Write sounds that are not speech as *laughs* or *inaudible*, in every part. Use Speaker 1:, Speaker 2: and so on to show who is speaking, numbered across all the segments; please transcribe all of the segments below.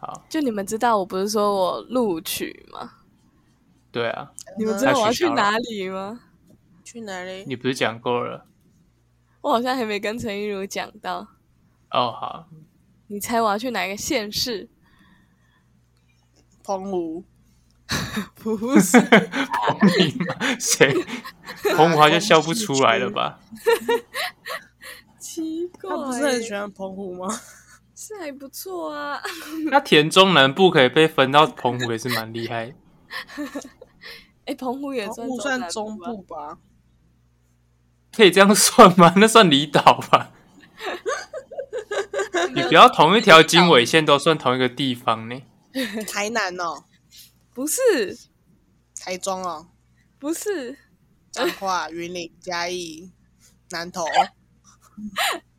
Speaker 1: 好，
Speaker 2: 就你们知道我不是说我录取吗？
Speaker 1: 对啊，
Speaker 2: 你们知道我要
Speaker 1: 他取
Speaker 2: 去
Speaker 1: 消了
Speaker 2: 哪里吗？
Speaker 3: 去哪里？
Speaker 1: 你不是讲过了？
Speaker 2: 我好像还没跟陈一如讲到。
Speaker 1: 哦，好，
Speaker 2: 你猜我要去哪个县市？
Speaker 3: 澎湖，
Speaker 2: 不是，
Speaker 1: 彭明吗？谁？彭华就笑不出来了吧？
Speaker 2: 奇怪
Speaker 3: 他
Speaker 2: 欸，
Speaker 3: 不是很喜欢澎湖吗？
Speaker 2: 是还不错啊。
Speaker 1: 那田中南部可以被分到澎湖也是蛮厉害。
Speaker 2: 哎，澎湖也
Speaker 3: 澎
Speaker 2: 算
Speaker 3: 湖
Speaker 2: 中南
Speaker 3: 算中
Speaker 2: 啊
Speaker 3: 部吧？
Speaker 1: 可以这样算吗？那算离岛吧。你不要同一条经纬线都算同一个地方呢。
Speaker 3: 台南哦，
Speaker 2: 不是，
Speaker 3: 台中哦，
Speaker 2: 不是，
Speaker 3: 彰化、云林、嘉义、南投，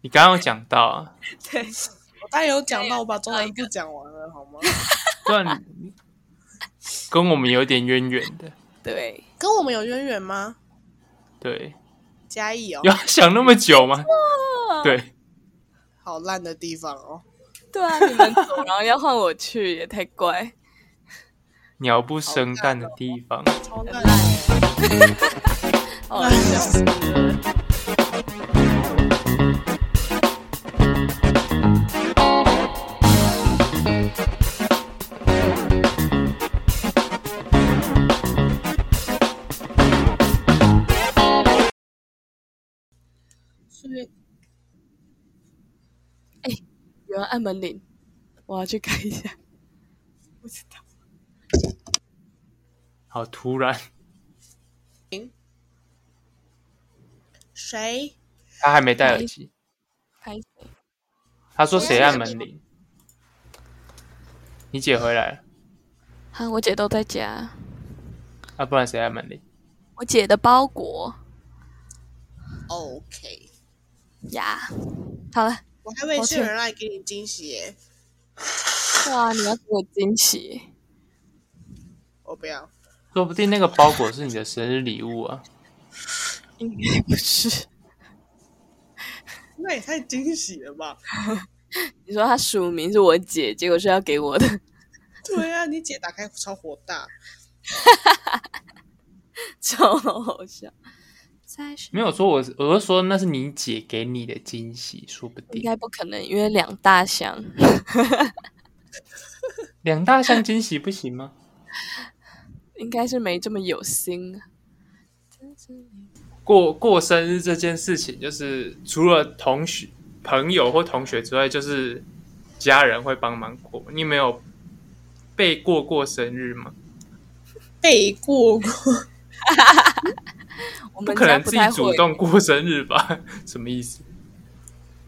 Speaker 1: 你刚刚有讲到啊，
Speaker 2: 对，
Speaker 3: 我当然有讲到，我把中南部讲完了好吗？ *laughs*
Speaker 1: 算跟我们有点渊源的。
Speaker 2: 对，
Speaker 3: 跟我们有渊源吗？
Speaker 1: 对，
Speaker 3: 嘉义哦，
Speaker 1: 要想那么久吗？对，
Speaker 3: 好烂的地方哦。
Speaker 2: 对啊，你们走，然后要换我去，也太怪。
Speaker 1: 鸟不生蛋的地方。
Speaker 3: 超烂的，
Speaker 2: 好 *laughs* 好笑
Speaker 3: 所以
Speaker 2: 有人按门铃，我要去看一下。不知道，
Speaker 1: 好突然，
Speaker 3: 谁？
Speaker 1: 他还没戴耳机。
Speaker 2: 拍谁？
Speaker 1: 他
Speaker 2: 啊
Speaker 1: 说谁按门铃？你姐回来了，
Speaker 2: 啊，我姐都在家，
Speaker 1: 啊，不然谁按门铃？
Speaker 2: 我姐的包裹
Speaker 3: OK，
Speaker 2: 呀。好了，
Speaker 3: 我还以为是有人来给你惊喜耶，
Speaker 2: 哇，你要给我惊喜。
Speaker 3: 我不要。
Speaker 1: 说不定那个包裹是你的生日礼物啊！
Speaker 2: 应该不是。
Speaker 3: 那也太惊喜了吧？
Speaker 2: 你说他署名是我姐，结果是要给我的， *laughs*
Speaker 3: 对啊，你姐打开超火大，
Speaker 2: 超好笑。在
Speaker 1: 没有说我是，我是说那是你姐给你的惊喜，说不
Speaker 2: 应
Speaker 1: 定
Speaker 2: 该不可能，因为两大箱。
Speaker 1: 两大箱惊喜不行吗？ *laughs*
Speaker 2: 应该是没这么有心啊。
Speaker 1: 过过生日这件事情，就是除了同学、朋友或同学之外，就是家人会帮忙过。你没有被过过生日吗？
Speaker 3: 背过过
Speaker 2: 我
Speaker 1: 不
Speaker 2: 们
Speaker 1: 可
Speaker 2: 家
Speaker 1: 能
Speaker 2: 不
Speaker 1: 自己
Speaker 2: 太
Speaker 1: 主
Speaker 2: 会，
Speaker 1: 动过生日吧？ *laughs* 什么意思？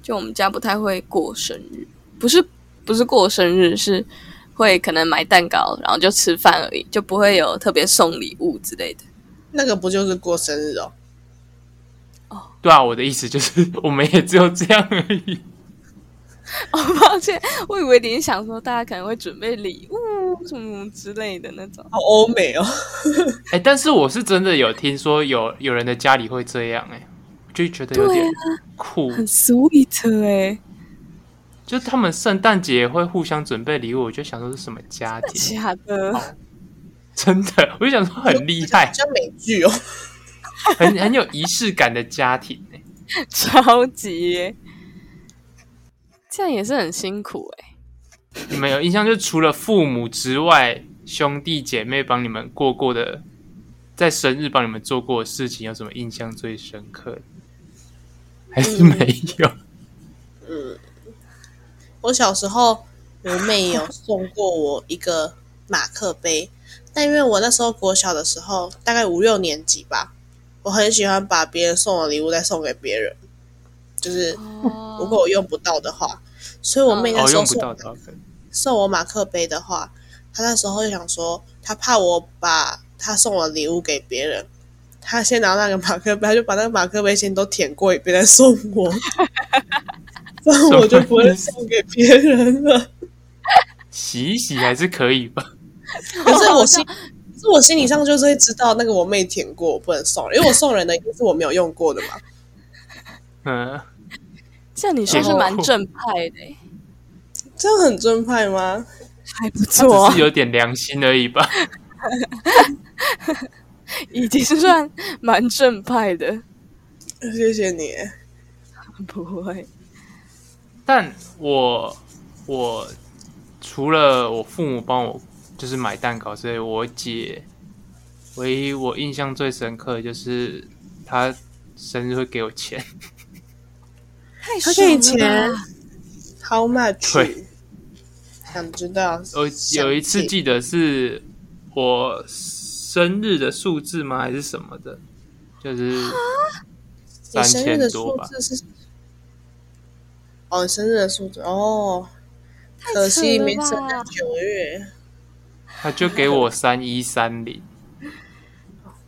Speaker 2: 就我们家不太会过生日，不是不是过生日，是会可能买蛋糕，然后就吃饭而已，就不会有特别送礼物之类的。 *laughs*
Speaker 3: 那个不就是过生日哦？
Speaker 1: 对啊，我的意思就是， *laughs* 我们也只有这样而已。
Speaker 2: 哦，抱歉，我以为你是想说大家可能会准备礼物什么之类的那种。
Speaker 3: 好欧美哦，
Speaker 1: 哎、但是我是真的有听说有有人的家里会这样、哎，就觉得有
Speaker 2: 对
Speaker 1: 点
Speaker 2: 啊
Speaker 1: 酷。
Speaker 2: 很 sweet 哎、
Speaker 1: 就他们圣诞节会互相准备礼物，我就想说是什么家庭？
Speaker 2: 假的，
Speaker 1: *laughs* 真的，我就想说很厉害
Speaker 2: *laughs*
Speaker 3: 好，像美剧哦。
Speaker 1: 很很有仪式感的家庭、哎，
Speaker 2: 超级耶、这样也是很辛苦哎、
Speaker 1: 你们有印象？就除了父母之外，兄弟姐妹帮你们过过的，在生日帮你们做过的事情，有什么印象最深刻的？还是
Speaker 2: 嗯
Speaker 1: 没有？
Speaker 3: 嗯我小时候，我妹有送过我一个马克杯，但因为我那时候国小的时候，大概五六年级吧，我很喜欢把别人送的礼物再送给别人，就是
Speaker 2: 哦
Speaker 3: 如果我用不到的话，所以我妹那
Speaker 1: 哦，
Speaker 3: 时
Speaker 1: 用
Speaker 3: 候
Speaker 1: 不
Speaker 3: 送
Speaker 1: 到的。
Speaker 3: 送我马克杯的话，他那时候就想说，他怕我把他送我的礼物给别人，他先拿那个马克杯，他就把那个马克杯先都舔过一遍再送
Speaker 1: *laughs*
Speaker 3: 我，这样我就不会送给别
Speaker 1: *laughs*
Speaker 3: 人了。
Speaker 1: 洗一洗还是可以吧？ *laughs*
Speaker 3: 可是我心，可是我心理上就是会知道那个我妹舔过，我不能送，因为我送人的一定是我没有用过的嘛。
Speaker 1: 嗯，
Speaker 2: 这样你说是蛮正派的欸、
Speaker 3: 这样很正派吗？
Speaker 2: 还不错、
Speaker 1: 只
Speaker 2: 啊
Speaker 1: 是，有点良心而已吧。 *laughs*
Speaker 2: 已经算蛮正派的。
Speaker 3: 谢谢你。
Speaker 2: 不会，
Speaker 1: 但我我除了我父母帮我就是买蛋糕，所以我姐唯一我印象最深刻的就是她生日会给我钱， *laughs*
Speaker 2: 太
Speaker 3: 他
Speaker 2: 爽
Speaker 3: 给你
Speaker 2: 了
Speaker 3: 钱
Speaker 2: 吧
Speaker 3: ，How much？
Speaker 1: 对
Speaker 3: 想知道？
Speaker 1: 我有一次
Speaker 3: 想
Speaker 1: 记得是我生日的数字吗？还是什么的？就是
Speaker 3: 你
Speaker 1: 三
Speaker 3: 生日
Speaker 1: 千
Speaker 3: 的
Speaker 1: 多
Speaker 3: 数
Speaker 1: 吧。
Speaker 3: 字是？哦，你生日的数字哦，
Speaker 2: 太
Speaker 3: 可
Speaker 2: 扯
Speaker 3: 惜
Speaker 2: 了
Speaker 3: 没
Speaker 2: 吧
Speaker 3: 生在九月，
Speaker 1: 她就给我三一三零，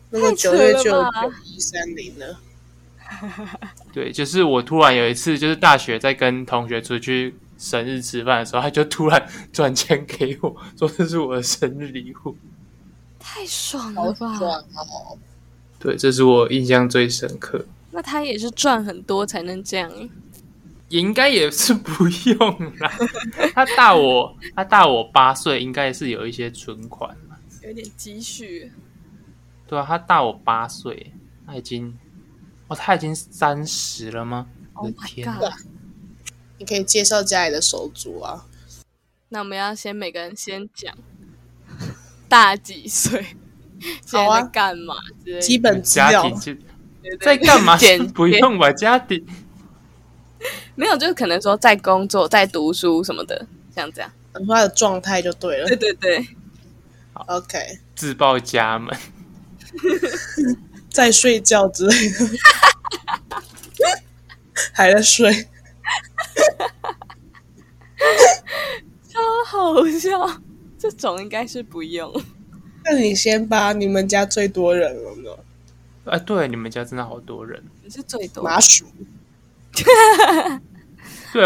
Speaker 3: 如果
Speaker 2: 太扯
Speaker 3: 九月
Speaker 2: 了
Speaker 3: 就有
Speaker 2: 吧
Speaker 3: 九一三零了。
Speaker 1: 对，就是我突然有一次，就是大学在跟同学出去生日吃饭的时候，他就突然 *laughs* 转钱给我，说这是我的生日礼物。
Speaker 2: 太爽
Speaker 3: 好
Speaker 2: 了吧？
Speaker 3: 爽哦！
Speaker 1: 对，这是我印象最深刻。
Speaker 2: 那他也是赚很多才能这样。欸
Speaker 1: 应该也是不用啦，他大我他大我八岁，应该是有一些存款。
Speaker 2: 有点积蓄，
Speaker 1: 对啊，他大我八岁，他已经哦，他已经三十了吗？我
Speaker 2: Oh
Speaker 1: 的
Speaker 2: my
Speaker 1: 天啊
Speaker 2: god！
Speaker 3: 你可以介绍家里的手足啊，
Speaker 2: 那我们要先每个人先讲大几岁，现在在干嘛之类的
Speaker 3: 基本资
Speaker 1: 家
Speaker 3: 料
Speaker 1: 庭就在干
Speaker 2: *laughs*
Speaker 1: 嘛？
Speaker 2: 简
Speaker 1: *laughs*
Speaker 2: 介
Speaker 1: 不用吧，家庭
Speaker 2: 没有，就是可能说在工作、在读书什么的，像这样。啊
Speaker 3: 然后他的状态就对了
Speaker 2: 对。对对，
Speaker 3: OK，
Speaker 1: 自报家门。
Speaker 3: 在睡觉之类的， *laughs* 还在睡。
Speaker 2: 超好笑。这种应该是不用，
Speaker 3: 那你先吧，你们家最多人了呢？
Speaker 1: 哎，对，你们家真的好多人。
Speaker 2: 你是最多
Speaker 3: 麻薯
Speaker 1: 对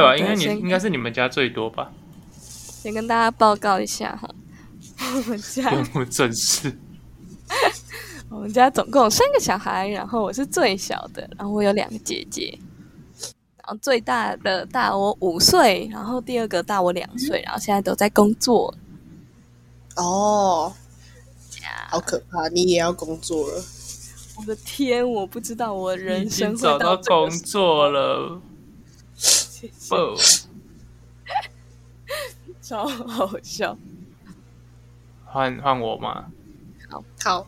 Speaker 1: 吧？
Speaker 2: 对
Speaker 1: 应该你
Speaker 2: 先
Speaker 1: 应该是你们家最多
Speaker 2: *laughs*
Speaker 1: 吧？
Speaker 2: 先跟大家报告一下哈， *laughs* 我们
Speaker 1: 不
Speaker 2: 家
Speaker 1: 用正式。
Speaker 2: 我们家总共有三个小孩，然后我是最小的，然后我有两个姐姐，然后最大的大我五岁，然后第二个大我两岁，然后现在都在工作。
Speaker 3: 哦，好可怕！你也要工作了，
Speaker 2: 我的天，我不知道我
Speaker 1: 已
Speaker 2: 人
Speaker 1: 经
Speaker 2: 生
Speaker 1: 找
Speaker 2: 会
Speaker 1: 到
Speaker 2: 这个
Speaker 1: 工作了，
Speaker 2: 境界
Speaker 1: 不，
Speaker 2: 超好笑。
Speaker 1: 换换我嘛。
Speaker 3: 好，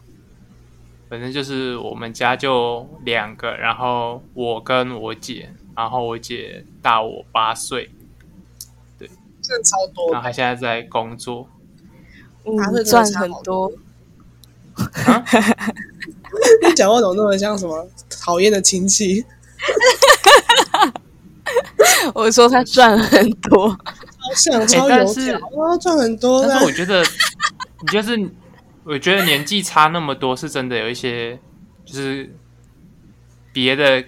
Speaker 1: 反正就是我们家就两个，然后我跟我姐，然后我姐大我八岁，
Speaker 3: 真的超多
Speaker 1: 然后她现在在工作。
Speaker 3: 麻醉
Speaker 2: 嗯，
Speaker 3: 真的
Speaker 2: 赚
Speaker 3: 差
Speaker 2: 很
Speaker 3: 好
Speaker 2: 多，
Speaker 3: 你讲话怎么那么像什么讨厌的亲戚？
Speaker 2: *laughs* 我说他赚很多，
Speaker 3: 超像超
Speaker 1: 但
Speaker 3: 油
Speaker 1: 是
Speaker 3: 条，哇，赚很多
Speaker 2: 啊
Speaker 1: 但是我
Speaker 3: 的。
Speaker 1: 觉得，你就是我觉得年纪差那么多，是真的有一些就是别的，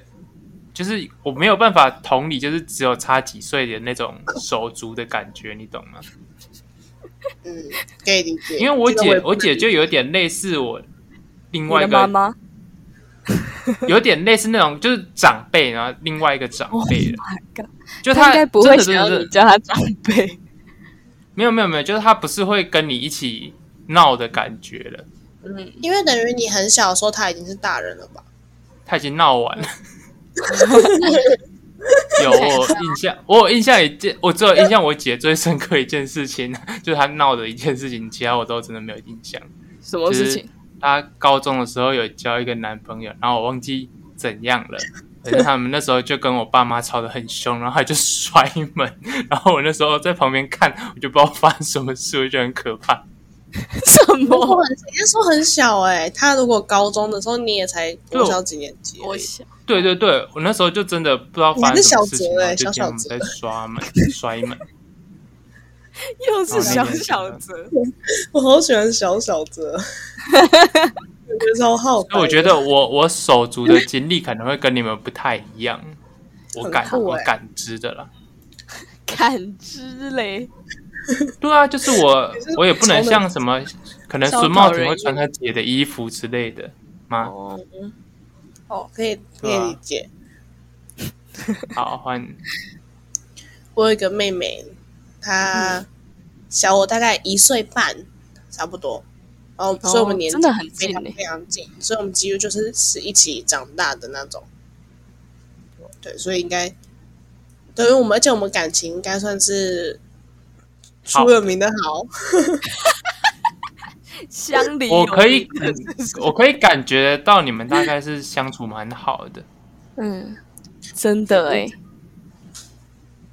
Speaker 1: 就是我没有办法同理，就是只有差几岁的那种手足的感觉，你懂吗？
Speaker 3: 嗯，可以理解。
Speaker 1: 因为我
Speaker 3: 这个
Speaker 1: 姐，
Speaker 3: 也不
Speaker 1: 我姐就有点类似我另
Speaker 2: 你
Speaker 1: 外一
Speaker 2: 的
Speaker 1: 个，
Speaker 2: 妈妈
Speaker 1: 有点类似那种就是长辈，然后另外一个长辈了，
Speaker 2: Oh ，My God，
Speaker 1: 就
Speaker 2: 他
Speaker 1: 她
Speaker 2: 应该不
Speaker 1: 真
Speaker 2: 会
Speaker 1: 的
Speaker 2: 想
Speaker 1: 真的
Speaker 2: 要
Speaker 1: 真
Speaker 2: 你
Speaker 1: 的
Speaker 2: 叫他长辈，
Speaker 1: 没有没有没有，就是她不是会跟你一起闹的感觉了，
Speaker 2: 嗯，
Speaker 3: 因为等于你很小的时候，他已经是大人了吧？ *laughs*
Speaker 1: 他已经闹完了。嗯 *laughs* 有我有印象，我有印象一件，我只有印象我姐最深刻一件事情， *laughs* 就是她闹的一件事情，其他我都真的没有印象。
Speaker 2: 什么事 *laughs* 情？
Speaker 1: 她高中的时候有交一个男朋友，然后我忘记怎样了，反正他们那时候就跟我爸妈吵得很凶，然后她就摔门， *laughs* 然后我那时候在旁边看，我就不知道发生什么事，我就觉得很可怕。
Speaker 2: 什
Speaker 3: 那时候
Speaker 2: 么？
Speaker 3: 很，那时候很小哎、他如果高中的时候，你也才国小几年级而已，
Speaker 2: 我想
Speaker 1: 对对对，我那时候就真的不知道发生什么事情，
Speaker 3: 你
Speaker 1: 然后
Speaker 3: 还是
Speaker 1: 就
Speaker 3: 小
Speaker 1: 听
Speaker 3: 泽
Speaker 1: 他
Speaker 3: 欸
Speaker 1: 们
Speaker 3: 小小
Speaker 1: 在刷 *laughs* 门摔门。
Speaker 2: *laughs* 又是小
Speaker 1: 哦那个
Speaker 2: 小泽，
Speaker 3: 我好喜欢小小
Speaker 1: *laughs*
Speaker 3: 泽，我觉得超好白的。
Speaker 1: 那我觉得我我手足的经历可能会跟你们不太一样，我感、
Speaker 3: 很酷
Speaker 1: 我
Speaker 3: 欸
Speaker 1: 感知的啦。
Speaker 2: 感知嘞，
Speaker 1: 对啊，就是我
Speaker 3: 你是
Speaker 1: 我也不能
Speaker 3: 从
Speaker 1: 像什么，可能
Speaker 2: 烧
Speaker 1: 孙茂
Speaker 2: 烤
Speaker 1: 廷
Speaker 2: 人
Speaker 1: 会穿他姐的衣服之类的吗？
Speaker 2: 哦，
Speaker 3: 哦，可以可
Speaker 1: 对
Speaker 3: 以
Speaker 1: 啊
Speaker 3: 理解。
Speaker 1: 好换
Speaker 3: 我有一个妹妹，她小我大概一岁半，差不多。然后，所以我们年纪
Speaker 2: 哦真的很近
Speaker 3: 非常
Speaker 2: 欸
Speaker 3: 非常近，所以我们几乎就是是一起长大的那种。对，所以应该，对于我们，而且我们感情应该算是
Speaker 1: 好
Speaker 3: 出了名的好。
Speaker 2: 乡里
Speaker 1: 我
Speaker 2: 有
Speaker 1: 可以
Speaker 2: 名
Speaker 1: 感，我可以感觉到你们大概是相处蛮好的。
Speaker 2: 嗯，真的哎、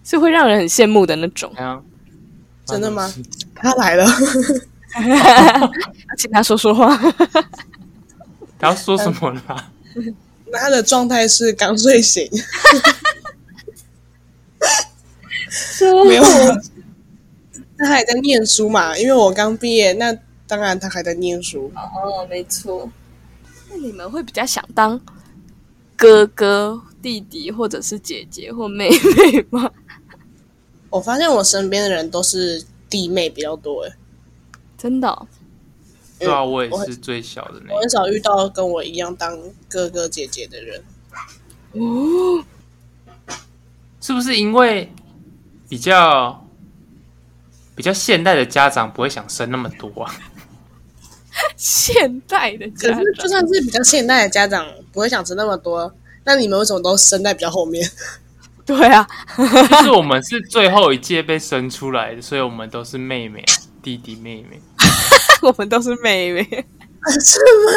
Speaker 2: 是会让人很羡慕的那
Speaker 1: *laughs*
Speaker 2: 种。
Speaker 1: 哎呀
Speaker 3: 真的吗？
Speaker 1: 嗯
Speaker 3: 他来了，
Speaker 2: 请他说说话，
Speaker 1: 然后说什
Speaker 3: 嗯
Speaker 1: 么啦？
Speaker 3: *laughs* 他的状态是刚睡醒，没 *laughs* 有，他还在念书嘛？因为我刚毕业，那当然他还在念书。
Speaker 2: 哦，没错。那你们会比较想当哥哥、弟弟，或者是姐姐或妹妹吗？ *laughs*
Speaker 3: 我发现我身边的人都是弟妹比较多，哎，
Speaker 2: 真的哦、
Speaker 1: 对啊，我也
Speaker 3: 我
Speaker 1: 是最小的那
Speaker 3: 我
Speaker 1: 个。
Speaker 3: 很少遇到跟我一样当哥哥姐姐的人。
Speaker 1: 是不是因为比较比较现代的家长不会想生那么多啊？
Speaker 2: 现代的
Speaker 3: 可
Speaker 2: 家
Speaker 3: 是就
Speaker 2: 长
Speaker 3: 算是比较现代的家长，不会想吃那么多。那你们为什么都生在比较后面？ *laughs*
Speaker 2: 对啊， *laughs*
Speaker 1: *laughs* 就是我们是最后一届被生出来的，所以我们都是妹妹、弟弟、妹妹，
Speaker 2: 我们都是妹妹。
Speaker 3: 是吗？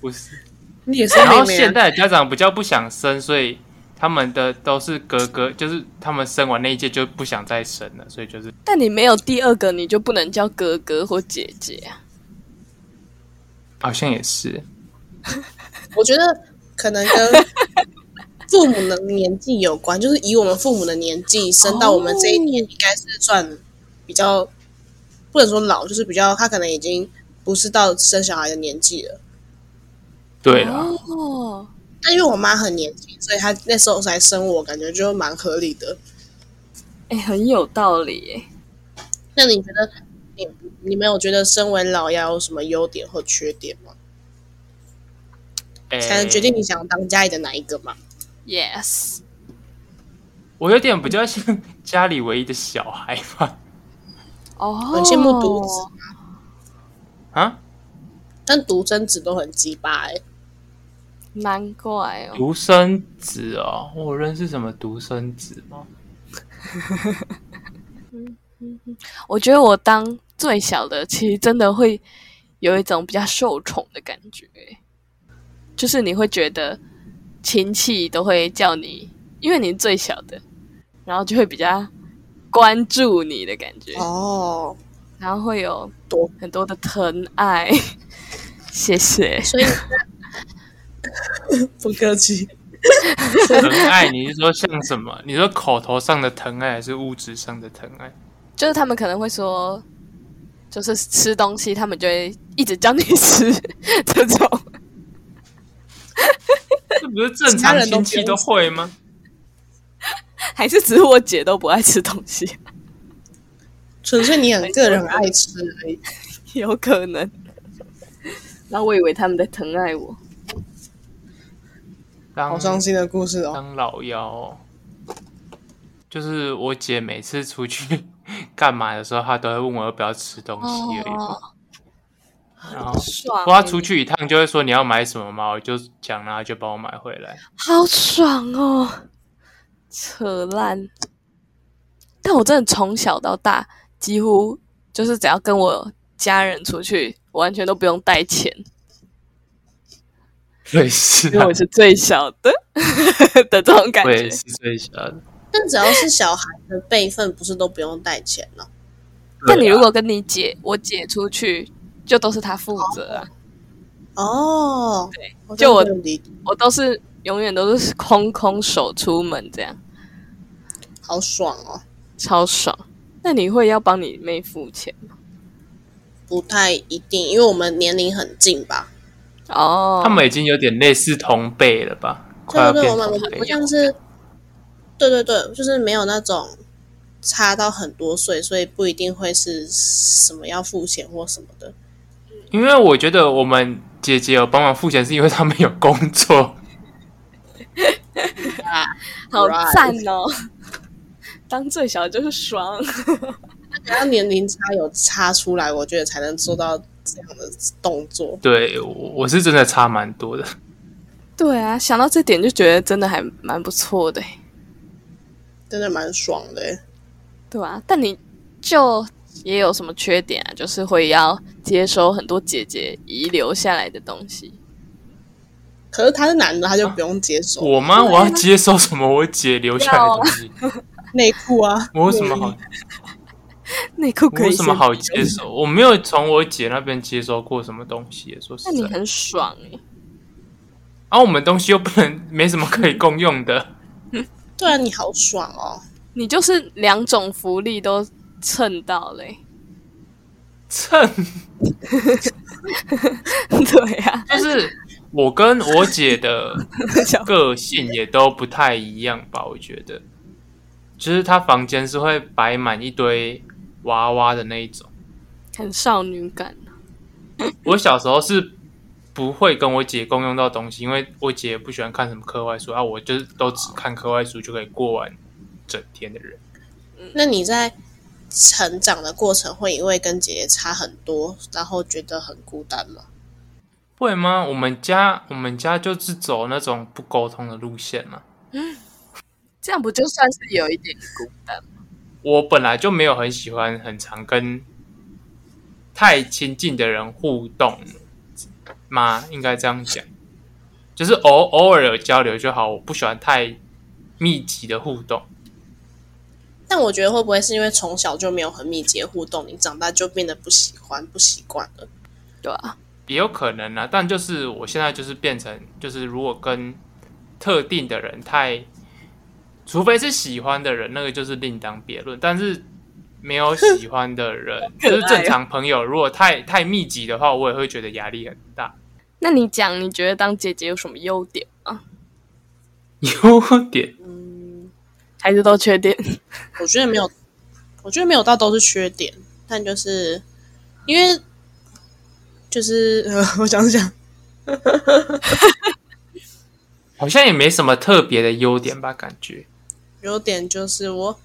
Speaker 1: 不是。
Speaker 3: 你也是
Speaker 1: 然
Speaker 3: 妹
Speaker 1: 后
Speaker 3: 妹、
Speaker 1: 现
Speaker 3: 啊？
Speaker 1: 代的家长比较不想生，所以他们的都是哥哥，就是他们生完那一届就不想再生了，所以就是
Speaker 2: 但你没有第二个，你就不能叫哥哥或姐姐啊。
Speaker 1: 好像也是
Speaker 3: 我觉得可能跟父母的年纪有关，就是以我们父母的年纪生到我们这一年，应该是算比较不能说老，就是比较他可能已经不是到生小孩的年纪了。
Speaker 1: 对啊了。
Speaker 2: 哦，
Speaker 3: 但因为我妈很年轻，所以她那时候才生我，感觉就蛮合理的。
Speaker 2: 哎、很有道理耶。
Speaker 3: 那你觉得你你们有觉得身为老幺有什么优点或缺点吗？
Speaker 1: 哎
Speaker 3: 才能决定你想当家里的哪一个嘛？
Speaker 2: Yes，
Speaker 1: 我有点比较像家里唯一的小孩吧？
Speaker 2: 哦，
Speaker 3: 很羡慕独子，哦
Speaker 1: 啊，
Speaker 3: 但独生子都很鸡巴哎、
Speaker 2: 难怪哦。
Speaker 1: 独生子哦，我认识什么独生子
Speaker 3: *laughs*
Speaker 1: 吗？
Speaker 2: 我觉得我当最小的，其实真的会有一种比较受宠的感觉，就是你会觉得亲戚都会叫你，因为你是最小的，然后就会比较关注你的感觉，
Speaker 3: 哦，
Speaker 2: 然后会有
Speaker 3: 多
Speaker 2: 很多的疼爱。 *laughs* 谢谢，
Speaker 3: 所以 *laughs* 不客气。
Speaker 1: 疼爱，你是说像什么？你说口头上的疼爱，还是物质上的疼爱？
Speaker 2: 就是他们可能会说，就是吃东西，他们就会一直叫你吃 *laughs* 这种。
Speaker 1: 这不是正常亲戚都会吗？
Speaker 2: 还是只是我姐都不爱吃东西，
Speaker 3: 纯粹你很个人很爱吃而已。
Speaker 2: *laughs* 有可能。然后我以为他们在疼爱我，
Speaker 1: 当
Speaker 3: 好伤心的故事哦。
Speaker 1: 当老幺哦、就是我姐每次出去 *laughs* 干嘛的时候，她都会问我要不要吃东西而已。
Speaker 3: 哦
Speaker 1: 然后
Speaker 2: 爽
Speaker 1: 我要出，去一趟，就会说你要买什么嘛，我就讲啦，就帮我买回来。
Speaker 2: 好爽哦！扯烂。但我真的从小到大，几乎就是只要跟我家人出去，我完全都不用
Speaker 1: *laughs*
Speaker 2: 带钱，
Speaker 1: 对，是
Speaker 2: 因为
Speaker 1: 啊
Speaker 2: 我，是最小的 *laughs* 的这种感
Speaker 1: 我
Speaker 2: 觉
Speaker 1: 也。是最小的。
Speaker 3: 但只要是小孩的辈分，不是都不用带钱哦了？
Speaker 1: 啊
Speaker 2: 但你如果跟你姐、我姐出去，就都是她负责啊，
Speaker 3: 哦，对
Speaker 2: 就我
Speaker 3: 理解
Speaker 2: 我都是永远都是空空手出门这样。
Speaker 3: 好爽哦，
Speaker 2: 超爽。那你会要帮你妹付钱吗？
Speaker 3: 不太一定，因为我们年龄很近吧。
Speaker 2: 哦，
Speaker 1: 他们已经有点类似同辈了吧，快
Speaker 3: 对
Speaker 1: 要
Speaker 3: 对对，
Speaker 1: 变
Speaker 3: 我们
Speaker 1: 同
Speaker 3: 不
Speaker 1: 辈。
Speaker 3: 像是，对对对，就是没有那种差到很多岁，所以不一定会是什么要付钱或什么的。
Speaker 1: 因为我觉得我们姐姐有帮忙付钱，是因为他们有工作。
Speaker 2: *laughs* 好赞哦！当最小就是爽，
Speaker 3: 然后年龄差有差出来，我觉得才能
Speaker 1: 嗯
Speaker 3: 做到这样的动作。
Speaker 1: 对我我是真的差蛮多的。
Speaker 2: 哦对啊，想到这点就觉得真的还蛮不错的欸，
Speaker 3: 真的蛮爽的欸。
Speaker 2: 对啊，但你就也有什么缺点啊？就是会要接收很多姐姐遗留下来的东西。
Speaker 3: 可是他是男的，他就不用接手
Speaker 1: 啊我吗？我要接受什么？我姐留下
Speaker 2: 啊
Speaker 1: 来的东西，
Speaker 3: 内裤啊。
Speaker 1: 我有什么好？
Speaker 2: 内裤
Speaker 1: 我
Speaker 2: 可
Speaker 1: 有
Speaker 2: 以
Speaker 1: 什
Speaker 2: 先
Speaker 1: 么？好接受？我没有从我姐那边接收过什么东西。说实
Speaker 2: 那你
Speaker 1: 在，
Speaker 2: 很爽哎、
Speaker 1: 啊，我们东西又不能没什么可以共用的，
Speaker 3: 对啊，你好爽哦！
Speaker 2: 你就是两种福利都蹭到嘞、 *laughs*
Speaker 1: 蹭
Speaker 2: 对啊，
Speaker 1: 就是我跟我姐
Speaker 2: *laughs*
Speaker 1: 的
Speaker 2: 小
Speaker 1: 个性也都不太一样吧，我觉得。就是她房间是会摆满一堆娃娃的那一种。
Speaker 2: 很少女感。
Speaker 1: 我小时候是不会跟我姐共用到东西，因为我姐不喜欢看什么课外书啊，我就是都只看课外书就可以过完整天的人。嗯
Speaker 3: 那你在成长的过程会因为跟姐姐差很多，然后觉得很孤单吗？
Speaker 1: 会吗？我们家我们家就是走那种不沟通的路线啊嘛。
Speaker 2: 这样不就算是有一点孤单吗？
Speaker 1: 我本来就没有很喜欢很常跟太亲近的人互动吗？应该这样讲，就是偶偶尔有交流就好。我不喜欢太密集的互动。
Speaker 3: 但我觉得会不会是因为从小就没有很密集的互动，你长大就变得不喜欢、不习惯了？
Speaker 2: 对啊，
Speaker 1: 也有可能啊，但就是我现在就是变成，就是如果跟特定的人太，除非是喜欢的人，那个就是另当别论。但是没有喜欢的人，
Speaker 2: *laughs* 可爱
Speaker 1: 就
Speaker 2: 哦
Speaker 1: 是正常朋友，如果太太密集的话，我也会觉得压力很
Speaker 2: *laughs*
Speaker 1: 大。
Speaker 2: 那你讲，你觉得当姐姐有什么优点吗？
Speaker 1: 优点
Speaker 3: 嗯，
Speaker 2: 还是都缺点？
Speaker 3: 我觉得没有，我觉得没有到都是缺点，但就是因为就是、呃、我想想，
Speaker 1: 好像也没什么特别的优点吧，感觉
Speaker 3: 优点就是我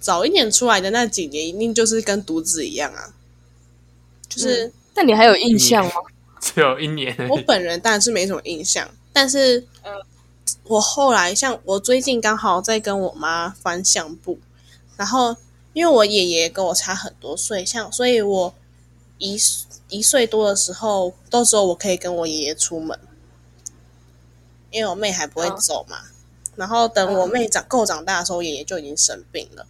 Speaker 3: 早一点出来的那几年，一定就是跟独子一样啊。就是
Speaker 2: 那你还有印象吗？
Speaker 1: 只有一年而
Speaker 3: 我
Speaker 2: 哦
Speaker 1: 已。
Speaker 3: 本人当然是没什么印象，但是我后来像我最近刚好在跟我妈翻相簿，然后因为我爷爷跟我差很多岁，像所以我一一岁多的时候，到时候我可以跟我爷爷出门，因为我妹还不会
Speaker 2: 嗯
Speaker 3: 走嘛。然后等我妹长够长大的时候，爷爷就已经生病了，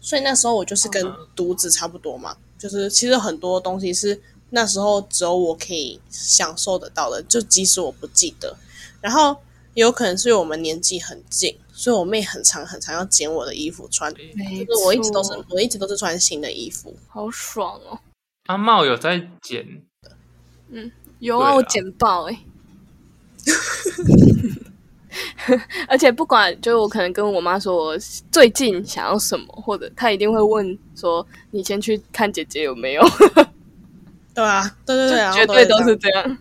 Speaker 3: 所以那时候我就是跟
Speaker 1: 嗯
Speaker 3: 独子差不多嘛，就是其实很多东西是那时候只有我可以享受得到的，就即使我不记得。然后也有可能是因为我们年纪很近，所以我妹很常很常要捡我的衣服穿，就
Speaker 2: 没
Speaker 3: 是嗯我一直都是
Speaker 2: 错
Speaker 3: 我一直都是穿新的衣服。
Speaker 2: 好爽哦！
Speaker 1: 阿茂有在剪，
Speaker 2: 有啊，
Speaker 1: 对啊
Speaker 2: 我剪爆哎、 *laughs* 而且不管，就是我可能跟我妈说我最近想要什么，或者她一定会问说你先去看姐姐有没有，
Speaker 3: 对啊，对对对，然
Speaker 2: *laughs*
Speaker 3: 后
Speaker 2: 绝对
Speaker 3: 都
Speaker 2: 都
Speaker 3: 这
Speaker 2: 是
Speaker 3: 样
Speaker 2: 这样。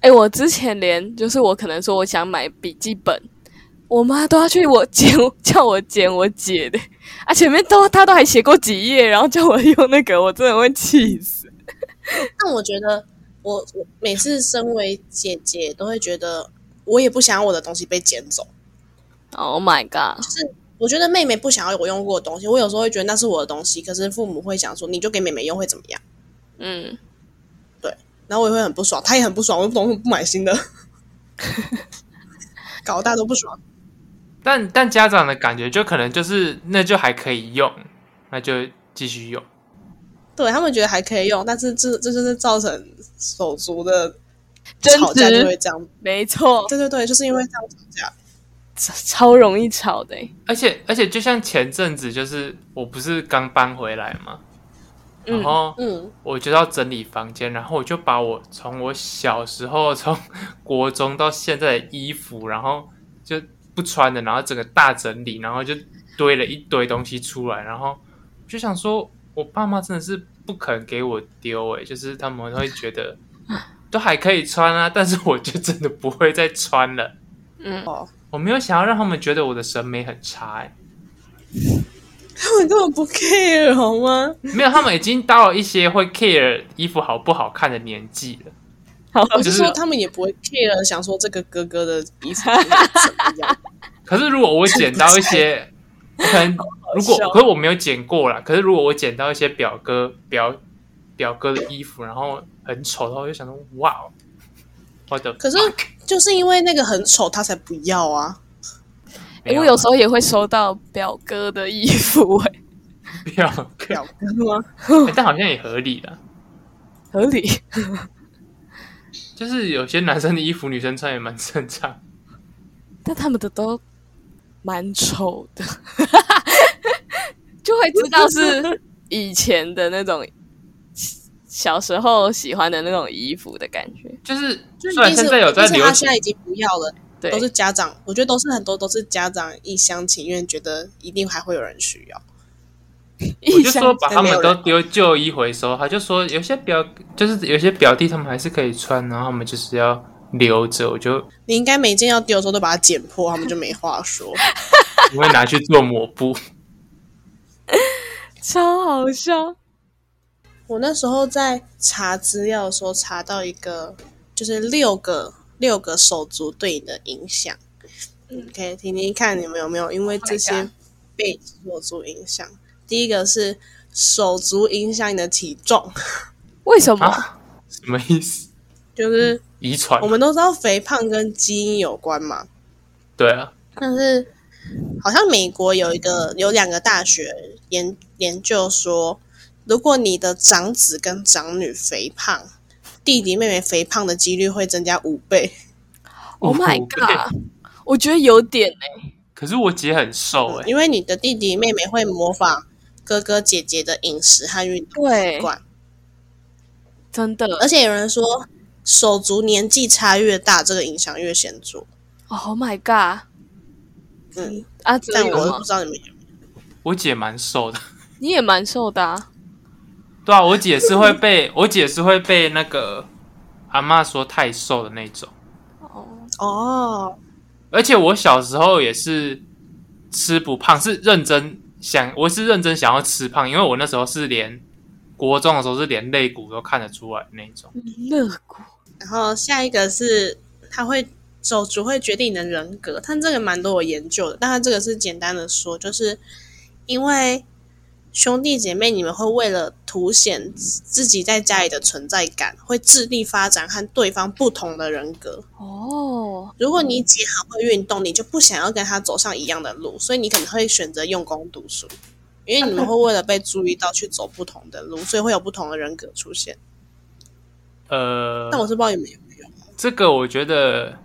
Speaker 2: 哎、我之前连就是我可能说我想买笔记本，我妈都要去我剪，叫我剪我姐的，啊，前面都她都还写过几页，然后叫我用那个，我真的会气死。
Speaker 3: 但我觉得我我每次身为姐姐，都会觉得我也不想要我的东西被捡走。
Speaker 2: Oh my god！
Speaker 3: 就是我觉得妹妹不想要我用过的东西，我有时候会觉得那是我的东西，可是父母会想说你就给妹妹用会怎么样？
Speaker 2: 嗯，
Speaker 3: 然后我也会很不爽，她也很不爽，我怎么不
Speaker 2: *laughs*
Speaker 3: 买新的？搞大都不爽，
Speaker 1: 但但家长的感觉就可能就是那就还可以用，那就继续用。
Speaker 3: 对他们觉得还可以用，但是这这就是造成手足的
Speaker 2: 争
Speaker 3: 吵架就
Speaker 2: 执
Speaker 3: 会，这样。
Speaker 2: 没错。
Speaker 3: 对对对，就是因为这样吵架。
Speaker 2: 超超容易吵的欸、
Speaker 1: 而且而且，就像前阵子，就是我不是刚搬回来嘛，然
Speaker 2: 嗯，
Speaker 1: 后
Speaker 3: 嗯，
Speaker 1: 我就要整理房间，然后我就把我从我小时候从国中到现在的衣服，然后就不穿的，然后整个大整理，然后就堆了一堆东西出来，然后我就想说，我爸妈真的是不肯给我丢，诶，就是他们会觉得 *laughs* 都还可以穿啊，但是我就真的不会再穿了。
Speaker 2: 嗯，
Speaker 3: 哦，
Speaker 1: 我没有想要让他们觉得我的审美很差、欸，
Speaker 3: 他们根本不 care 好吗？
Speaker 1: 没有，他们已经到了一些会 care 衣服好不好看的年纪了。
Speaker 2: 好，
Speaker 3: *laughs* 我是
Speaker 1: 就是
Speaker 3: 说他们也不会 care，想说这个哥哥的衣服怎
Speaker 1: *laughs*
Speaker 3: 么样。
Speaker 1: 可是如果我捡到一
Speaker 3: *laughs*
Speaker 1: 些，我可能如果可是我没有捡过啦。可是如果我捡到一些表哥表表哥的衣服，然后很丑的话，我就想说哇哦，我的
Speaker 3: 可是就是因为那个很丑，他才不要啊。哎
Speaker 1: 没
Speaker 2: 我有时候也会收到表哥的衣服、欸，
Speaker 1: 表哥、
Speaker 3: *laughs* 表
Speaker 1: *laughs*
Speaker 3: 哥吗？
Speaker 1: 欸但好像也合理啦。
Speaker 2: 合理。
Speaker 1: 就是有些男生的衣服女生穿也蛮正常，
Speaker 2: *laughs* 但他们的都蛮丑 *laughs* 的，就会知道是以前的那种小时候喜欢的那种衣服的感觉。
Speaker 1: 就是
Speaker 3: 就
Speaker 1: 虽
Speaker 3: 一
Speaker 1: 然
Speaker 3: 定是，
Speaker 1: 现在有在
Speaker 3: 一定是
Speaker 1: 流
Speaker 3: 他
Speaker 1: 行
Speaker 3: 现在已经不要了，
Speaker 2: 对
Speaker 3: 都，是家长，我觉得都是很多都是家长一厢情愿，觉得一定还会有人需要。
Speaker 1: 我
Speaker 2: 一
Speaker 1: 就
Speaker 2: 箱
Speaker 1: 说把他们都丢旧衣回收，他就说有些表就是有些表弟他们还是可以穿，然后他们就是要留着，我就
Speaker 3: 你应该每件要丢的时候都把它剪破，他们就没话说。
Speaker 1: 不会拿去做抹布。
Speaker 2: 超好笑，
Speaker 3: 我那时候在查资料的时候，查到一个就是六个六个手足对你的影响。嗯，可以听听看你们有没有因为
Speaker 2: Oh my
Speaker 3: 这些
Speaker 2: God
Speaker 3: 被手足影响。第一个是手足影响你的体重，
Speaker 2: 为什么？
Speaker 1: 啊什么意思？
Speaker 3: 就是
Speaker 1: 遗传
Speaker 3: 我？们都知道肥胖跟基因有关嘛，
Speaker 1: 对啊，
Speaker 3: 但是好像美国有一个有两个大学研研究说，如果你的长子跟长女肥胖，弟弟妹妹肥胖的几率会增加五倍。
Speaker 2: Oh my
Speaker 1: 五倍
Speaker 2: god！我觉得有点欸
Speaker 1: 哦
Speaker 2: 呢、
Speaker 1: 可是我姐很瘦哎、
Speaker 3: 因为你的弟弟妹妹会模仿哥哥姐姐的饮食和运动习
Speaker 2: 对，
Speaker 3: 惯，
Speaker 2: 真的
Speaker 3: 而且有人说手足年纪差越大，这个影响越显著。
Speaker 2: ，Oh my god！
Speaker 3: 嗯，
Speaker 2: 啊，只
Speaker 3: 但
Speaker 2: 有
Speaker 3: 我
Speaker 2: 我
Speaker 3: 是
Speaker 2: 吗
Speaker 3: 不知道你们有没有
Speaker 1: 我姐蛮瘦的。
Speaker 2: 你也蛮瘦的、啊，
Speaker 1: 对啊，我姐是会被我姐是会被那个阿嬷说太瘦的那种，
Speaker 2: 哦，
Speaker 3: 哦，
Speaker 1: 而且我小时候也是吃不胖，是认真想，我是认真想要吃胖，因为我那时候是连国中的时候是连肋骨都看得出来的那种。
Speaker 2: 肋骨
Speaker 3: 然后下一个是他会手足会决定你的人格，但这个蛮多我研究的，但他这个是简单的说，就是因为兄弟姐妹你们会为了凸显自己在家里的存在感，会致力发展和对方不同的人格。
Speaker 2: 哦，
Speaker 3: 如果你姐很会运动，你就不想要跟她走上一样的路，所以你可能会选择用功读书，因为你们会为了被注意到去走不同的路，所以会有不同的人格出现。
Speaker 1: 呃
Speaker 3: 但，我是不知道你们有没有。
Speaker 1: 这个我觉得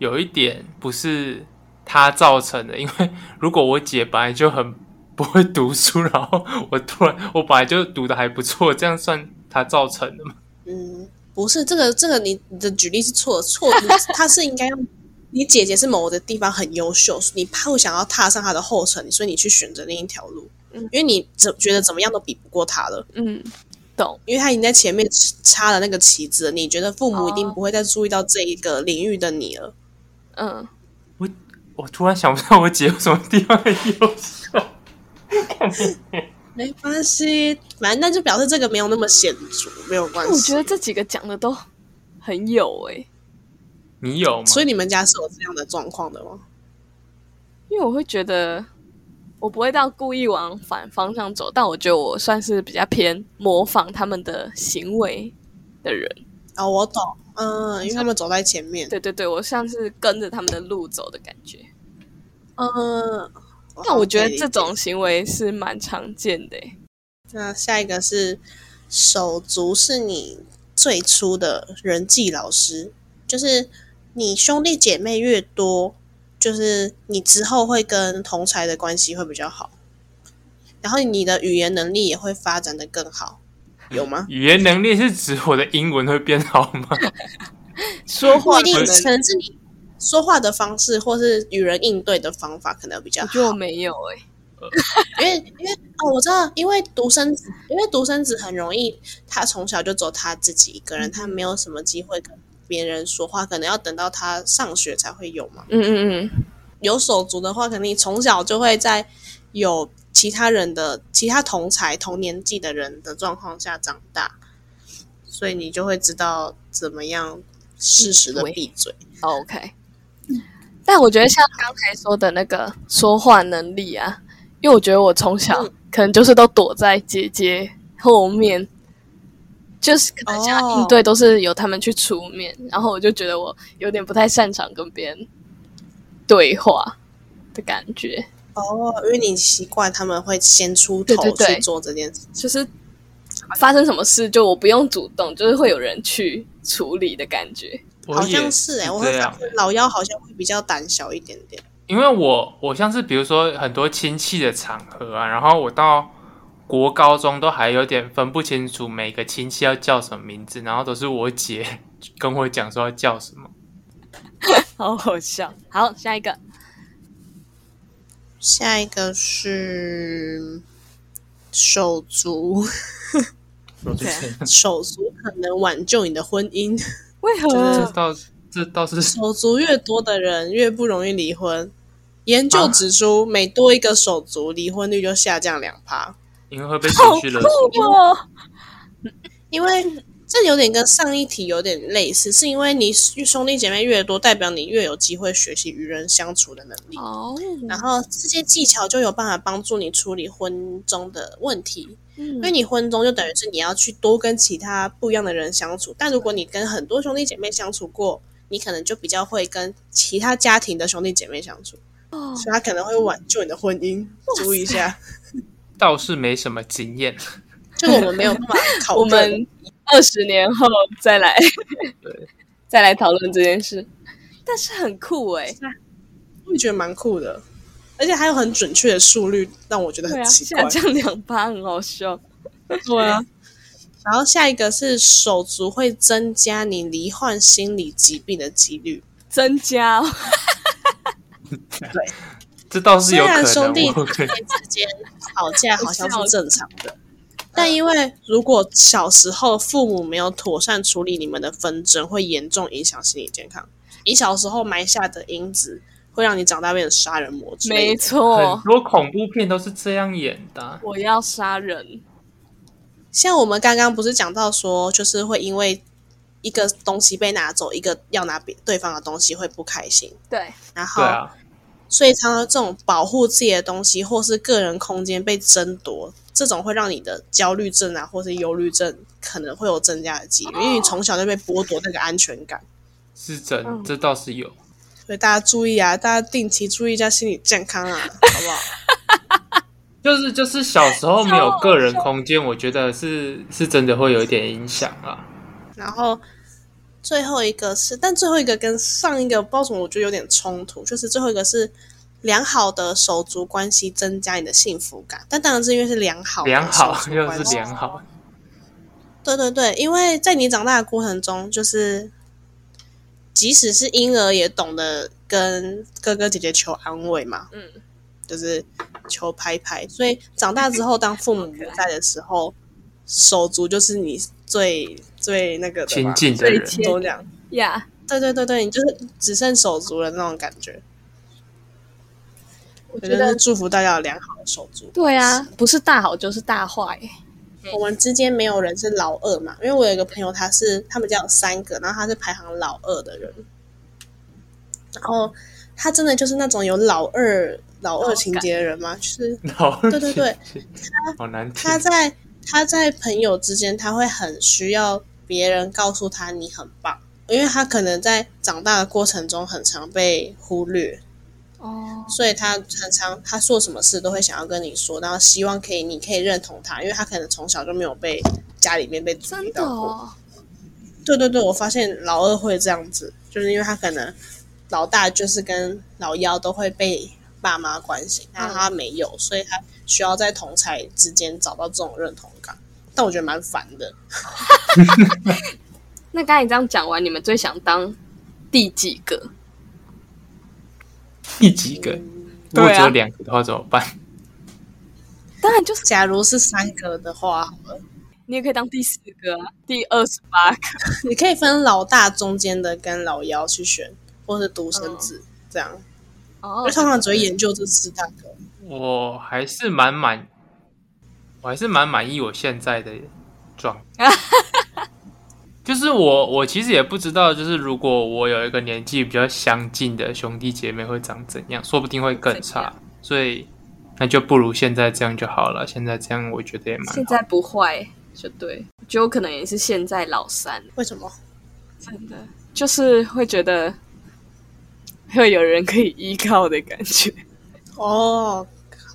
Speaker 1: 有一点不是她造成的，因为如果我姐本来就很不会读书，然后我突然我本来就读的还不错，这样算她造成的吗？
Speaker 3: 嗯，不是这个，这个你你的举例是错的，错的，他是应该要你姐姐是某个地方很优秀，你不想要踏上她的后尘，所以你去选择另一条路，
Speaker 2: 嗯
Speaker 3: 因为你怎觉得怎么样都比不过她了，
Speaker 2: 嗯，懂，
Speaker 3: 因为她已经在前面插了那个旗子了，你觉得父母一定
Speaker 2: 哦
Speaker 3: 不会再注意到这一个领域的你了。
Speaker 2: 嗯，
Speaker 1: 我突然想不到我姐有什么地方很优秀。
Speaker 3: 没关系，反正那就表示这个没有那么显著，没有关系。
Speaker 2: 我觉得这几个讲的都很有欸诶、
Speaker 1: 你有吗？
Speaker 3: 所以你们家是有这样的状况的吗？
Speaker 2: 因为我会觉得我不会到故意往反方向走，但我觉得我算是比较偏模仿他们的行为的人。
Speaker 3: 哦，我懂，嗯，因为他们走在前面，
Speaker 2: 对对对，我像是跟着他们的路走的感觉。
Speaker 3: 嗯，
Speaker 2: 但我觉
Speaker 3: 好
Speaker 2: 得
Speaker 3: 可以
Speaker 2: 这种行为是蛮常见的、欸。
Speaker 3: 那下一个是手足，是你最初的人际老师，就是你兄弟姐妹越多，就是你之后会跟同才的关系会比较好，然后你的语言能力也会发展的更好，有吗？
Speaker 1: 语言能力是指我的英文会变好吗？
Speaker 2: 说
Speaker 3: 不
Speaker 2: 话
Speaker 3: 一定，
Speaker 2: 可能
Speaker 3: 可能是你说话的方式，或是与人应对的方法可能比较
Speaker 2: 我
Speaker 3: 好
Speaker 2: 觉。得我没有哎、
Speaker 3: 因为因为哦，我知道，因为独生子，因为独生子很容易，他从小就走他自己一个人，他没有什么机会跟别人说话，可能要等到他上学才会有嘛。
Speaker 2: 嗯嗯嗯，
Speaker 3: 有手足的话，可能你从小就会在有其他人的其他同才同年纪的人的状况下长大，所以你就会知道怎么样适时的
Speaker 2: 闭嘴
Speaker 3: 闭嘴。
Speaker 2: OK，但我觉得像刚才说的那个说话能力啊，因为我觉得我从小
Speaker 3: 嗯
Speaker 2: 可能就是都躲在姐姐后面，就是可能像
Speaker 3: 哦
Speaker 2: 应对都是由他们去出面，然后我就觉得我有点不太擅长跟别人对话的感觉，
Speaker 3: 哦，因为你习惯他们会先出
Speaker 2: 对
Speaker 3: 头
Speaker 2: 对对
Speaker 3: 去做这件事。
Speaker 2: 就是发生什么事就我不用主动，就是会有人去处理的感觉。
Speaker 1: 我
Speaker 3: *laughs* 好
Speaker 1: 也
Speaker 3: 像是哎、我会
Speaker 1: 这
Speaker 3: 发
Speaker 1: 样欸
Speaker 3: 现老妖好像会比较胆小一点点。
Speaker 1: 因为我我像是比如说很多亲戚的场合啊，然后我到国高中都还有点分不清楚每个亲戚要叫什么名字，然后都是我姐跟我讲说要叫什么。
Speaker 2: 好好笑。好，下一个，
Speaker 3: 下一个是手足，啊
Speaker 1: 我就
Speaker 2: 对
Speaker 1: 是 *laughs*
Speaker 3: 手足可能挽救你的婚姻。
Speaker 2: 为
Speaker 1: 这
Speaker 2: 何？
Speaker 1: 倒这倒是
Speaker 3: 手足越多的人越不容易离婚。研究
Speaker 1: 啊
Speaker 3: 指出，每多一个手足，离婚率就下降两趴。
Speaker 1: 因为会被
Speaker 2: 好
Speaker 1: 情绪勒索。
Speaker 2: 酷哦！
Speaker 3: 因为这有点跟上一题有点类似，是因为你兄弟姐妹越多，代表你越有机会学习与人相处的能力。
Speaker 2: 哦，
Speaker 3: 然后这些技巧就有办法帮助你处理婚中的问题，
Speaker 2: 嗯
Speaker 3: 因为你婚中就等于是你要去多跟其他不一样的人相处。但如果你跟很多兄弟姐妹相处过，你可能就比较会跟其他家庭的兄弟姐妹相处。
Speaker 2: 哦
Speaker 3: 所以他可能会挽救你的婚姻。注意一下，
Speaker 1: 倒是没什么经验，
Speaker 3: 就我们没有办
Speaker 2: *laughs*
Speaker 3: 法考
Speaker 2: 我
Speaker 3: 证
Speaker 2: 们二十年后再 *laughs* 来
Speaker 1: 对，
Speaker 2: 再来讨论这件事，但是很酷哎、
Speaker 3: 我觉得蛮酷的，而且还有很准确的速率，让我觉得
Speaker 2: 对
Speaker 3: 很
Speaker 2: 啊，
Speaker 3: 奇怪
Speaker 2: 下。降两趴很好笑，
Speaker 3: 对啊。然后下一个是手足会增加你罹患心理疾病的几率。
Speaker 2: 增加哦、
Speaker 1: 这倒是有可
Speaker 3: 虽然兄弟
Speaker 1: 能。我觉得
Speaker 3: 之间吵
Speaker 2: *laughs*
Speaker 3: 架好像是正常的，但因为如果小时候父母没有妥善处理你们的纷争，会严重影响心理健康。你小时候埋下的因子，会让你长大变成杀人魔之类
Speaker 2: 没
Speaker 3: 的。
Speaker 1: 很
Speaker 3: 哦
Speaker 2: 错，
Speaker 1: 多恐怖片都是这样演的啊、
Speaker 2: 我要杀人，
Speaker 3: 像我们刚刚不是讲到说，就是会因为一个东西被拿走，一个要拿别对方的东西会不开心，
Speaker 2: 对，
Speaker 3: 然后、
Speaker 1: 对啊，
Speaker 3: 所以常常这种保护自己的东西或是个人空间被争夺，这种会让你的焦虑症啊或是忧虑症可能会有增加的几
Speaker 1: 哦
Speaker 3: 率，因为你从小就被剥夺那个安全感。
Speaker 1: 是真，
Speaker 2: 嗯
Speaker 1: 这倒是有。
Speaker 3: 所以大家注意啊，大家定期注意一下心理健
Speaker 1: *laughs*
Speaker 3: 康啊，好不好？
Speaker 1: 就是就是小时候没有个人空间，我觉得是是真的会有一点影响啊。
Speaker 3: 然后最后一个是，但最后一个跟上一个不知道为什么，我觉得有点冲突，就是最后一个是良好的手足关系增加你的幸福感，但当然是因为是良好的
Speaker 1: 良好
Speaker 3: 手足
Speaker 1: *laughs* 又
Speaker 3: 关
Speaker 1: 是
Speaker 3: 系
Speaker 1: 良好，
Speaker 3: 对对对，因为在你长大的过程中，就是即使是婴儿也懂得跟哥哥姐姐求安慰嘛，
Speaker 2: 嗯，
Speaker 3: 就是求拍拍。所以长大之后，当
Speaker 2: *laughs*
Speaker 3: 父母不在的时候，手足就是你最最那个的
Speaker 1: 亲
Speaker 3: 吧
Speaker 1: 近的人
Speaker 2: 最，亲
Speaker 3: 都这样。
Speaker 2: 呀、
Speaker 3: 对对对对，你就是只剩手足的那种感觉。
Speaker 2: 我
Speaker 3: 我
Speaker 2: 觉
Speaker 3: 觉得
Speaker 2: 得
Speaker 3: 祝福大家有良好的手足。
Speaker 2: 对啊，不是大好就是大坏、欸
Speaker 3: 我们之间没有人是老二嘛，因为我有一个朋友，他是他们家有三个，然后他是排行老二的人，然后他真的就是那种有老二老二情节的人嘛，就是
Speaker 1: *laughs* 好，
Speaker 3: 对对对，
Speaker 1: 好难听
Speaker 3: 他。在他在朋友之间，他会很需要别人告诉他你很棒，因为他可能在长大的过程中很常被忽略，
Speaker 2: 哦，
Speaker 3: 所以他常常他做什么事都会想要跟你说，然后希望可以你可以认同他，因为他可能从小就没有被家里面被注
Speaker 2: 真
Speaker 3: 意
Speaker 2: 的
Speaker 3: 到过。
Speaker 2: 哦，
Speaker 3: 对对对，我发现老二会这样子，就是因为他可能老大就是跟老幺都会被爸妈关心，然后他没有，所以他需要在同才之间找到这种认同感。但我觉得蛮烦的，
Speaker 2: 那刚才你这样讲完，你们最想当第几个？
Speaker 1: 第几个？如
Speaker 3: 啊
Speaker 1: 果只有两个的话怎么办？
Speaker 2: 当然就是
Speaker 3: 假如是三个的话，好了，
Speaker 2: 你也可以当第四个、啊，第二十八个。
Speaker 3: *laughs* 你可以分老大中间的跟老幺嗯去选，或是独生子、这样。
Speaker 2: 哦
Speaker 3: 因为，通常只会研究这四大个。
Speaker 1: 我还是蛮满，我还是蛮满意我现在的
Speaker 2: *laughs*
Speaker 1: 状态。就是我，我其实也不知道，就是如果我有一个年纪比较相近的兄弟姐妹会长怎样，说不定会更
Speaker 2: 怎
Speaker 1: 差
Speaker 2: 样。
Speaker 1: 所以那就不如现在这样就好了。现在这样我觉得也蛮好
Speaker 2: 现在不坏就对，我觉得我可能也是现在老三，
Speaker 3: 为什么？
Speaker 2: 真的就是会觉得会有人可以依靠的感觉。
Speaker 3: 哦，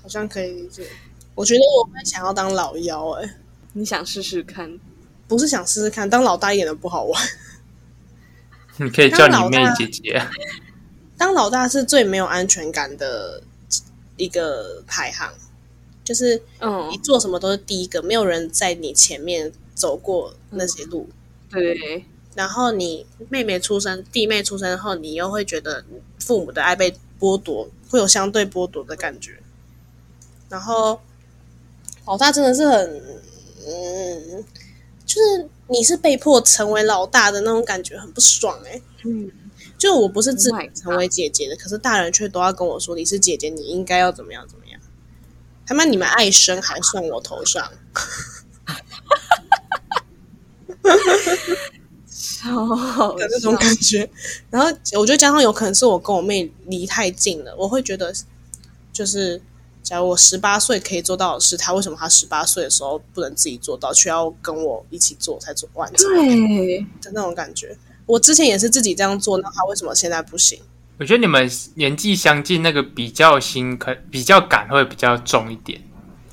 Speaker 3: 好像可以理解。我觉得我会想要当老幺、欸，哎，
Speaker 2: *laughs* 你想试试看？
Speaker 3: 不是想试试看，当老大一点都不好玩。
Speaker 1: 你可以叫你妹姐姐啊，
Speaker 3: 当老大是最没有安全感的一个排行，就是
Speaker 2: 嗯
Speaker 3: 你，做什么都是第一个，没有人在你前面走过那些路。
Speaker 2: 对，
Speaker 3: 然后你妹妹出生、弟妹出生后，你又会觉得父母的爱被剥夺，会有相对剥夺的感觉。然后老大真的是很，嗯，就是你是被迫成为老大的那种感觉，很不爽哎、
Speaker 2: 嗯，
Speaker 3: 就我不是自
Speaker 2: Oh my
Speaker 3: 己
Speaker 2: God
Speaker 3: 成为姐姐的，可是大人却都要跟我说你是姐姐，你应该要怎么样怎么样。他妈，你们爱生还算我头上，
Speaker 2: 超好
Speaker 3: 的 *laughs* 那种感觉。然后我觉得加上有可能是我跟我妹离太近了，我会觉得就是，假如我十八岁可以做到的事，她为什么她十八岁的时候不能自己做到，却要跟我一起做才做完成
Speaker 2: 对，
Speaker 3: 的那种感觉？我之前也是自己这样做，那她为什么现在不行？
Speaker 1: 我觉得你们年纪相近，那个比较心可比较感会比较重一点。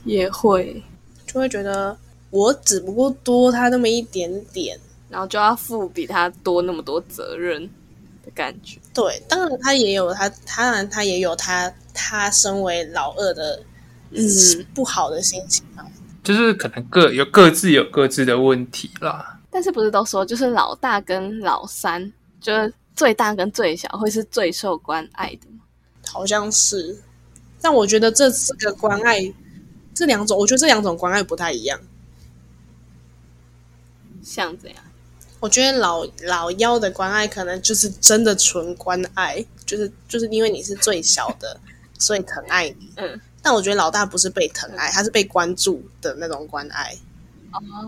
Speaker 2: 也会，
Speaker 3: 就会觉得我只不过多她那么一点点。
Speaker 2: 然后就要负比他多那么多责任的感觉。
Speaker 3: 对，当然她也有她，当然她也有她，她身为老二的
Speaker 2: 嗯，
Speaker 3: 不好的心情啊。
Speaker 1: 就是可能各有各自有各自的问题啦。
Speaker 2: 但是不是都说就是老大跟老三，就是最大跟最小会是最受关爱的吗？
Speaker 3: 好像是。但我觉得这四个关爱，这两种，我觉得这两种关爱不太一样。
Speaker 2: 像这样，
Speaker 3: 我觉得老老幺的关爱可能就是真的纯关爱，就是就是因为你是最小的，所以疼爱你。
Speaker 2: 嗯，
Speaker 3: 但我觉得老大不是被疼爱，他是被关注的那种关爱。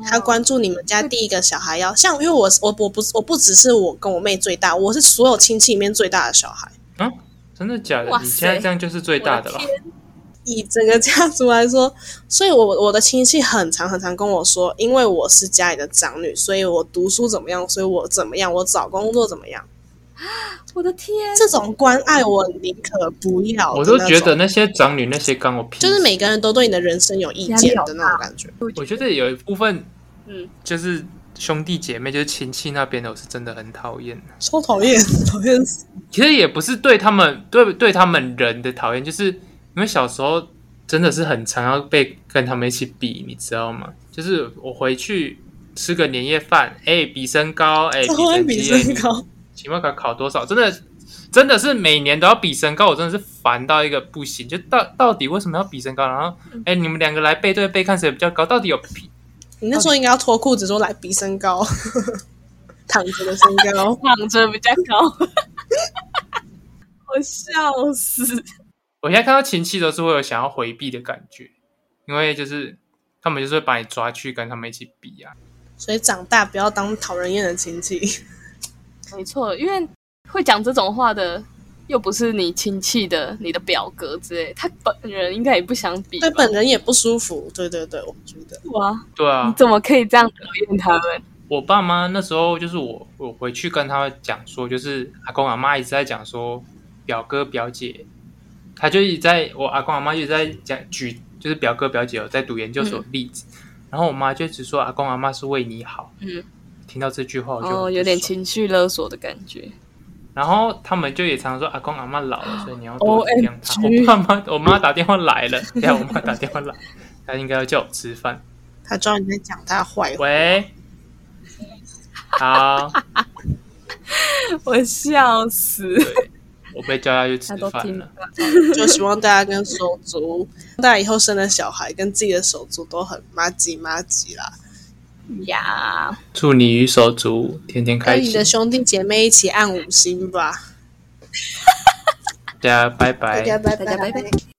Speaker 3: 他关注你们家第一个小孩要像，因为我我我不我不只是我跟我妹最大，我是所有亲戚里面最大的小孩。
Speaker 1: 啊，真的假的？
Speaker 2: 哇塞
Speaker 1: 你现在这样就是最大的了
Speaker 2: 我。天
Speaker 3: 以整个家族来说，所以我我的亲戚很常很常跟我说，因为我是家里的长女，所以我读书怎么样，所以我怎么样，我找工作怎么样，
Speaker 2: 哦我的天，
Speaker 3: 这种关爱我宁可不要。
Speaker 1: 我都觉得
Speaker 3: 那种
Speaker 1: 那些长女那些干我屁事，
Speaker 3: 就是每个人都对你的人生有意见的那种感觉。
Speaker 1: 我觉得有一部分
Speaker 2: 嗯，
Speaker 1: 就是兄弟姐妹，就是亲戚那边的，我是真的很讨厌。
Speaker 3: 超讨厌，讨厌死！
Speaker 1: 其实也不是对他们对对他们人的讨厌，就是因为小时候真的是很常要被跟他们一起比，你知道吗？就是我回去吃个年夜饭，哎、比身高，哎、
Speaker 3: 这会
Speaker 1: 比
Speaker 3: 比
Speaker 1: 成绩
Speaker 3: 身，
Speaker 1: 哎
Speaker 3: 高，
Speaker 1: 你期末考考多少？真的真的是每年都要比身高，我真的是烦到一个不行。就到到底为什么要比身高？然后哎、你们两个来背对背看谁比较高，到底有屁？
Speaker 3: 你那时候应该要脱裤子说来比身高， *laughs* 躺着的身高。
Speaker 2: 躺着比较高， *laughs* 我笑死。
Speaker 1: 我现在看到亲戚都是会有想要回避的感觉，因为就是他们就是会把你抓去跟他们一起比啊。
Speaker 3: 所以长大不要当讨人厌的亲戚。
Speaker 2: 没错，因为会讲这种话的又不是你亲戚的、你的表哥之类，他本人应该也不想比吧。
Speaker 3: *laughs* 对本人也不舒服。对对对，我觉得
Speaker 2: 哇，
Speaker 1: 对啊
Speaker 2: 你，怎么可以这样讨厌他们？
Speaker 1: 我爸妈那时候就是我，我回去跟他们讲说，就是阿公阿妈一直在讲说表哥表姐，他就一直在我阿公阿妈一直在讲举，就是表哥表姐有在读研究
Speaker 2: 嗯
Speaker 1: 所的例子，然后我妈就一直说阿公阿妈是为你好，
Speaker 2: 嗯，
Speaker 1: 听到这句话我就很
Speaker 2: 哦，
Speaker 1: 不
Speaker 2: 有点
Speaker 1: 爽
Speaker 2: 情绪勒索的感觉。
Speaker 1: 然后他们就也常说阿公阿妈老了，所以你要多
Speaker 2: O M
Speaker 1: 体谅他。我
Speaker 2: G
Speaker 1: 爸妈，我妈打电话来了，对啊，我妈打电话来，她应该要叫我吃饭。
Speaker 3: 他知道你在讲他 *laughs* 坏话。
Speaker 1: 喂，好，
Speaker 2: 我笑死，
Speaker 1: 我被叫下去
Speaker 2: 他
Speaker 1: 吃
Speaker 2: 都
Speaker 1: 饭
Speaker 2: 听
Speaker 1: 了。
Speaker 2: 到。
Speaker 3: 就希望大家跟手足，大家以后生的小孩跟自己的手足都很妈吉妈吉啦，
Speaker 2: 呀，
Speaker 1: 祝你与手足天天开
Speaker 3: 跟你
Speaker 1: 心
Speaker 3: 的。兄弟姐妹一起按五星吧，
Speaker 1: 大家拜拜。
Speaker 3: 拜
Speaker 2: 大家拜拜。